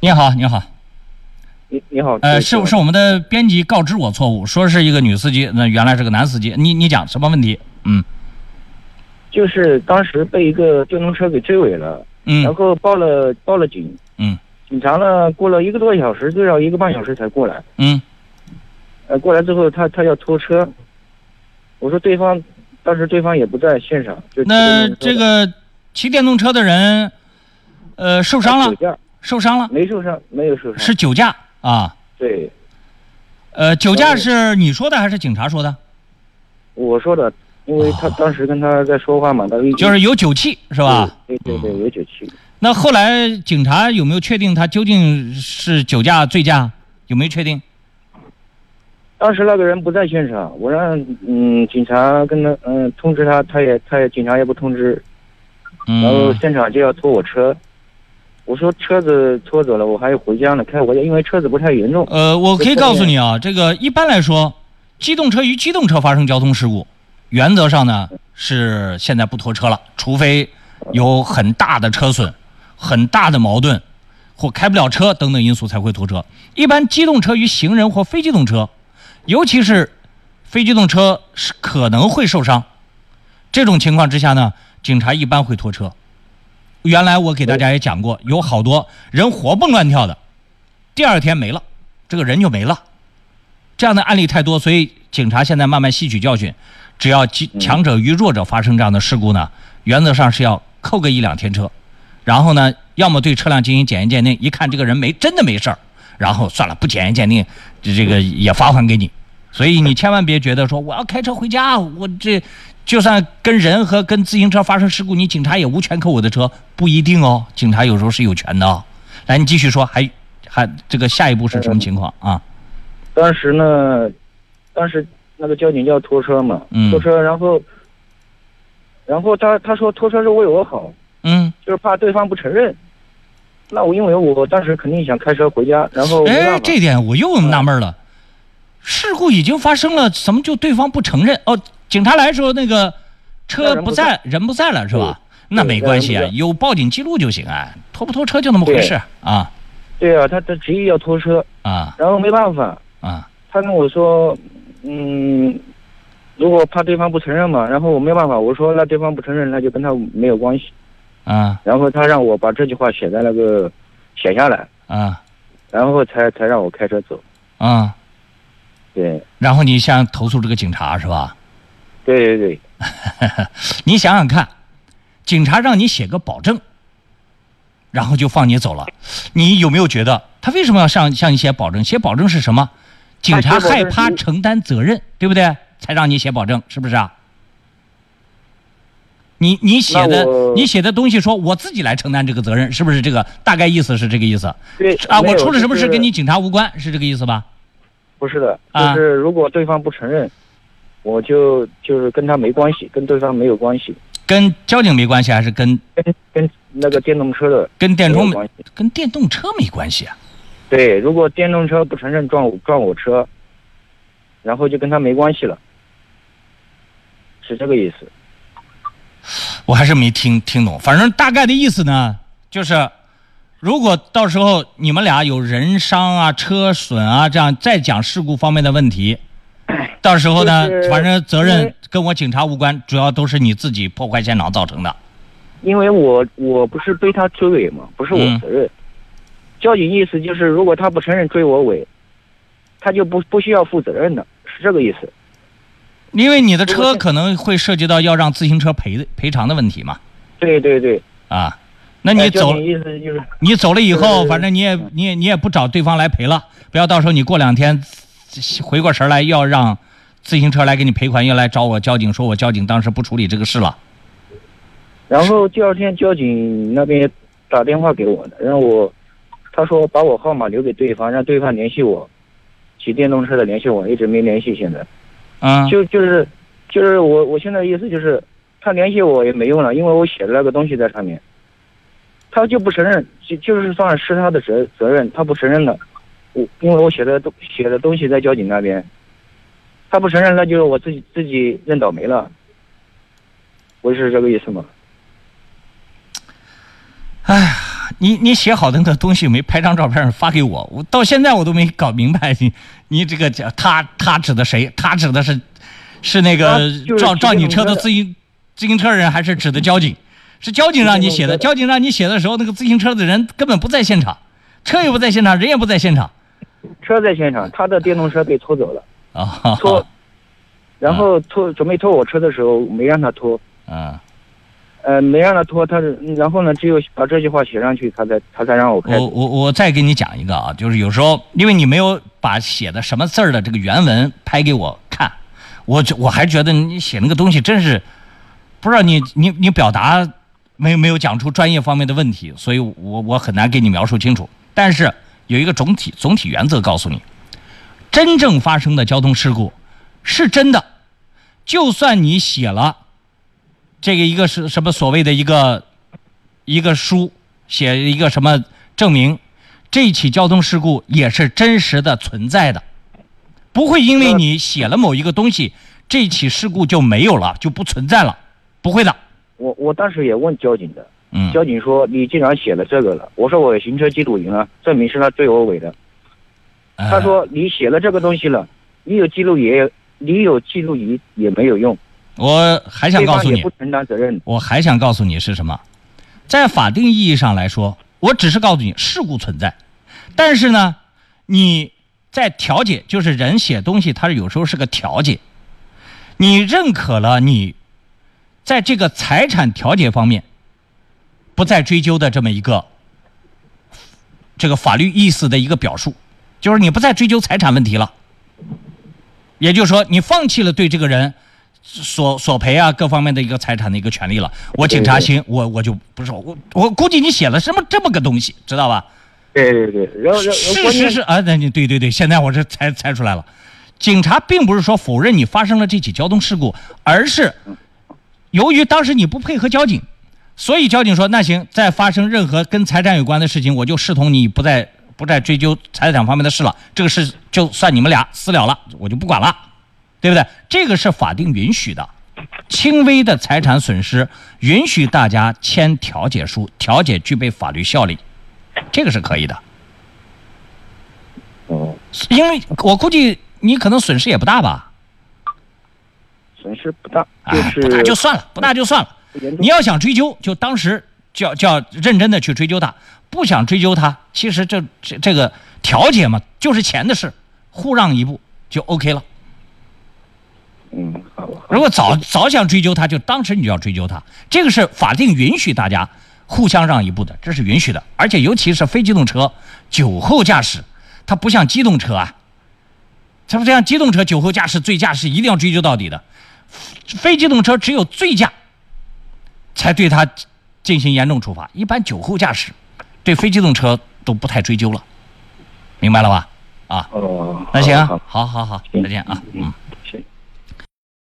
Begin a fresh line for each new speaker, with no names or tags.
您好，您好，
你你好，
呃，
这
是
个
是我们的编辑告知我错误，说是一个女司机，那原来是个男司机。你你讲什么问题？嗯
就是当时被一个电动车给追尾了，然
嗯
后报了报了警，
嗯
警察呢过了一个多小时，最少一个半小时才过来。
嗯
呃，过来之后他他要拖车，我说对方当时对方也不在现场，就
那
骑电动车
这个骑电动车的人，呃，受伤
酒
了，
驾
受伤了，
没受伤，没有受伤，
是酒驾啊？
对
呃，酒驾
对
是你说的还是警察说的？
我说的，因为他当时跟他在说话嘛，他一
哦就是有啊嗯酒气是
是
吧？？
对对对，有酒气，
那后来警察有没有确定他究竟是酒驾、醉驾？有没有确定？
当时那个人不在现场，我让嗯警察跟他嗯通知他，他也他也警察也不通知，然后
嗯
现场就要拖我车，我说车子拖走了，我还要回家呢，开回家，因为车子不太严重。
呃，我可以告诉你啊，这个一般来说，机动车与机动车发生交通事故，原则上呢是现在不拖车了，除非有很大的车损、很大的矛盾或开不了车等等因素才会拖车。一般机动车与行人或非机动车，尤其是非机动车是可能会受伤，这种情况之下呢，警察一般会拖车。原来我给大家也讲过，有好多人活蹦乱跳的，第二天没了，这个人就没了。这样的案例太多，所以警察现在慢慢吸取教训，只要其强者与弱者发生这样的事故呢，原则上是要扣个一两天车，然后呢，要么对车辆进行检验鉴定，一看这个人没真的没事儿，然后算了，不检验鉴定，这这个也罚款给你。所以你千万别觉得说我要开车回家，我这就算跟人和跟自行车发生事故，你警察也无权扣我的车，不一定哦，警察有时候是有权的、哦。来，你继续说，还还这个下一步是什么情况啊？
当时呢，当时那个交警要拖车嘛，
嗯
拖车，然后，然后他他说拖车是为我好，
嗯，
就是怕对方不承认。那我因为我当时肯定想开车回家，然后没
哎，
办法
这点我又纳闷了，事故已经发生了，怎么就对方不承认？哦，警察来的时候那个车
那人
不
不
在，人不在了是吧？那没关系啊
人，不
有报警记录就行啊，拖不拖车就那么回事啊
对啊，他他执意要拖车，
啊
然后没办法，
啊！
他跟我说，嗯，如果怕对方不承认嘛，然后我没办法，我说那对方不承认，那就跟他没有关系。
啊
然后他让我把这句话写在那个写下来，
啊
然后才才让我开车走。
啊！
对，
然后你想投诉这个警察是吧？
对对对，
你想想看，警察让你写个保证，然后就放你走了，你有没有觉得他为什么要向向你写保证？写保证是什么？警察
他哎写保证
害
是
怕承担责任，对不对？才让你写保证，是不是啊？你你写的
那我
你写的东西说我自己来承担这个责任，是不是这个大概意思是这个意思
对
啊？
没
我
有
出了什么
就
事
是
跟你警察无关，是这个意思吧？
不是的，就
啊
是如果对方不承认，我就就是跟他没关系，跟对方没有关系，
跟交警没关系，还是跟
跟跟那个电动车的
跟电
没
充
有关系。
跟电动车没关系啊？
对，如果电动车不承认撞我撞我车，然后就跟他没关系了，是这个意思。
我还是没听听懂，反正大概的意思呢，就是如果到时候你们俩有人伤啊、车损啊，这样再讲事故方面的问题，到时候呢，
就是
反正责
因
任
为
跟我警察无关，主要都是你自己破坏现场造成的。
因为我我不是被他追尾嘛，不是我
嗯
责任。交警意思就是，如果他不承认追我尾，他就不不需要负责任的，是这个意思。
因为你的
如果
车
是
可能会涉及到要让自行车赔的赔偿的问题嘛，
对对对，
啊，那
那
你走
交警意思哎就是
你走了以后，
对
反正你也你也你也不找对方来赔了，不要到时候你过两天回过神儿来要让自行车来给你赔款，又来找我交警说我交警当时不处理这个事了。
然后第二天交警那边打电话给我的，让我，他说把我号码留给对方，让对方联系我，骑电动车的联系我，一直没联系，现在
嗯
就就是就是我我现在意思就是，他联系我也没用了，因为我写的那个东西在上面，他就不承认，就就是算是他的责责任，他不承认了，我因为我写的东写的东西在交警那边，他不承认，那就是我自己自己认倒霉了，不是这个意思吗？
你你写好的那个东西没拍张照片发给我，我到现在我都没搞明白你你这个叫他他指的谁？他指的是是那个
他就是
撞
骑
撞你
自行
车
车
的
的
自行自行车人，还是指的交警？是交警让你写的，
自行车
交警让你写的时候，那个自行车的人根本不在现场，车也不在现场，人也不在现场
车在现场，他的电动车被拖走了，
啊！哈
拖
哈，
然后拖准备拖我车的时候没让他拖，
嗯
呃，没让他拖，他是然后呢，只有把这句话写上去，他才他才让我开
我。我我再给你讲一个啊，就是有时候因为你没有把写的什么字儿的这个原文拍给我看，我就我还觉得你写那个东西真是，不知道你你你表达没没有讲出专业方面的问题，所以我我很难给你描述清楚。但是有一个总体总体原则告诉你，真正发生的交通事故是真的，就算你写了这个一个是什么所谓的一个一个书，写一个什么证明，这起交通事故也是真实的存在的，不会因为你写了某一个东西，这起事故就没有了，就不存在了，不会的。
我我当时也问交警的，
嗯
交警说你既然写了这个了，我说我有行车记录仪了，证明是他追我尾的。
呃
他说你写了这个东西了，你有记录也你有记录仪也没有用，
我还想
对
告
方
诉
也
你
不，承担责任。
我还想告诉你是什么，在法定意义上来说，我只是告诉你事故存在，但是呢，你在调解，就是人写东西，它有时候是个调解，你认可了你在这个财产调解方面不再追究的这么一个这个法律意思的一个表述，就是你不再追究财产问题了，也就是说，你放弃了对这个人索索赔啊各方面的一个财产的一个权利了。我警察行，我我就不是我我估计你写了什么这么个东西，知道吧？
对对对，然后然后
事
呃关
实
键
是啊，那你对对对，现在我这才猜出来了，警察并不是说否认你发生了这起交通事故，而是由于当时你不配合交警，所以交警说那行，再发生任何跟财产有关的事情，我就视同你不再不再追究财产方面的事了，这个事就算你们俩私了了，我就不管了，对不对？这个是法定允许的。轻微的财产损失，允许大家签调解书，调解具备法律效力，这个是可以的。
哦，
因为我估计你可能损失也不大吧，
损失不大，就
哎，不大
是
就算了，不大就算了。
不严重
你要想追究，就当时就要就要认真的去追究他；不想追究他，其实这这这个调解嘛，就是钱的事，互让一步就 OK 了。
嗯，好吧，
如果早早想追究他，就当时你就要追究他，这个是法定允许大家互相让一步的，这是允许的。而且尤其是非机动车酒后驾驶，它不像机动车啊，它不像机动车酒后驾驶、醉驾是一定要追究到底的，非机动车只有醉驾才对他进行严重处罚，一般酒后驾驶对非机动车都不太追究了，明白了吧？啊，
哦，
那行
好
啊好
好，
好好，再见啊，嗯。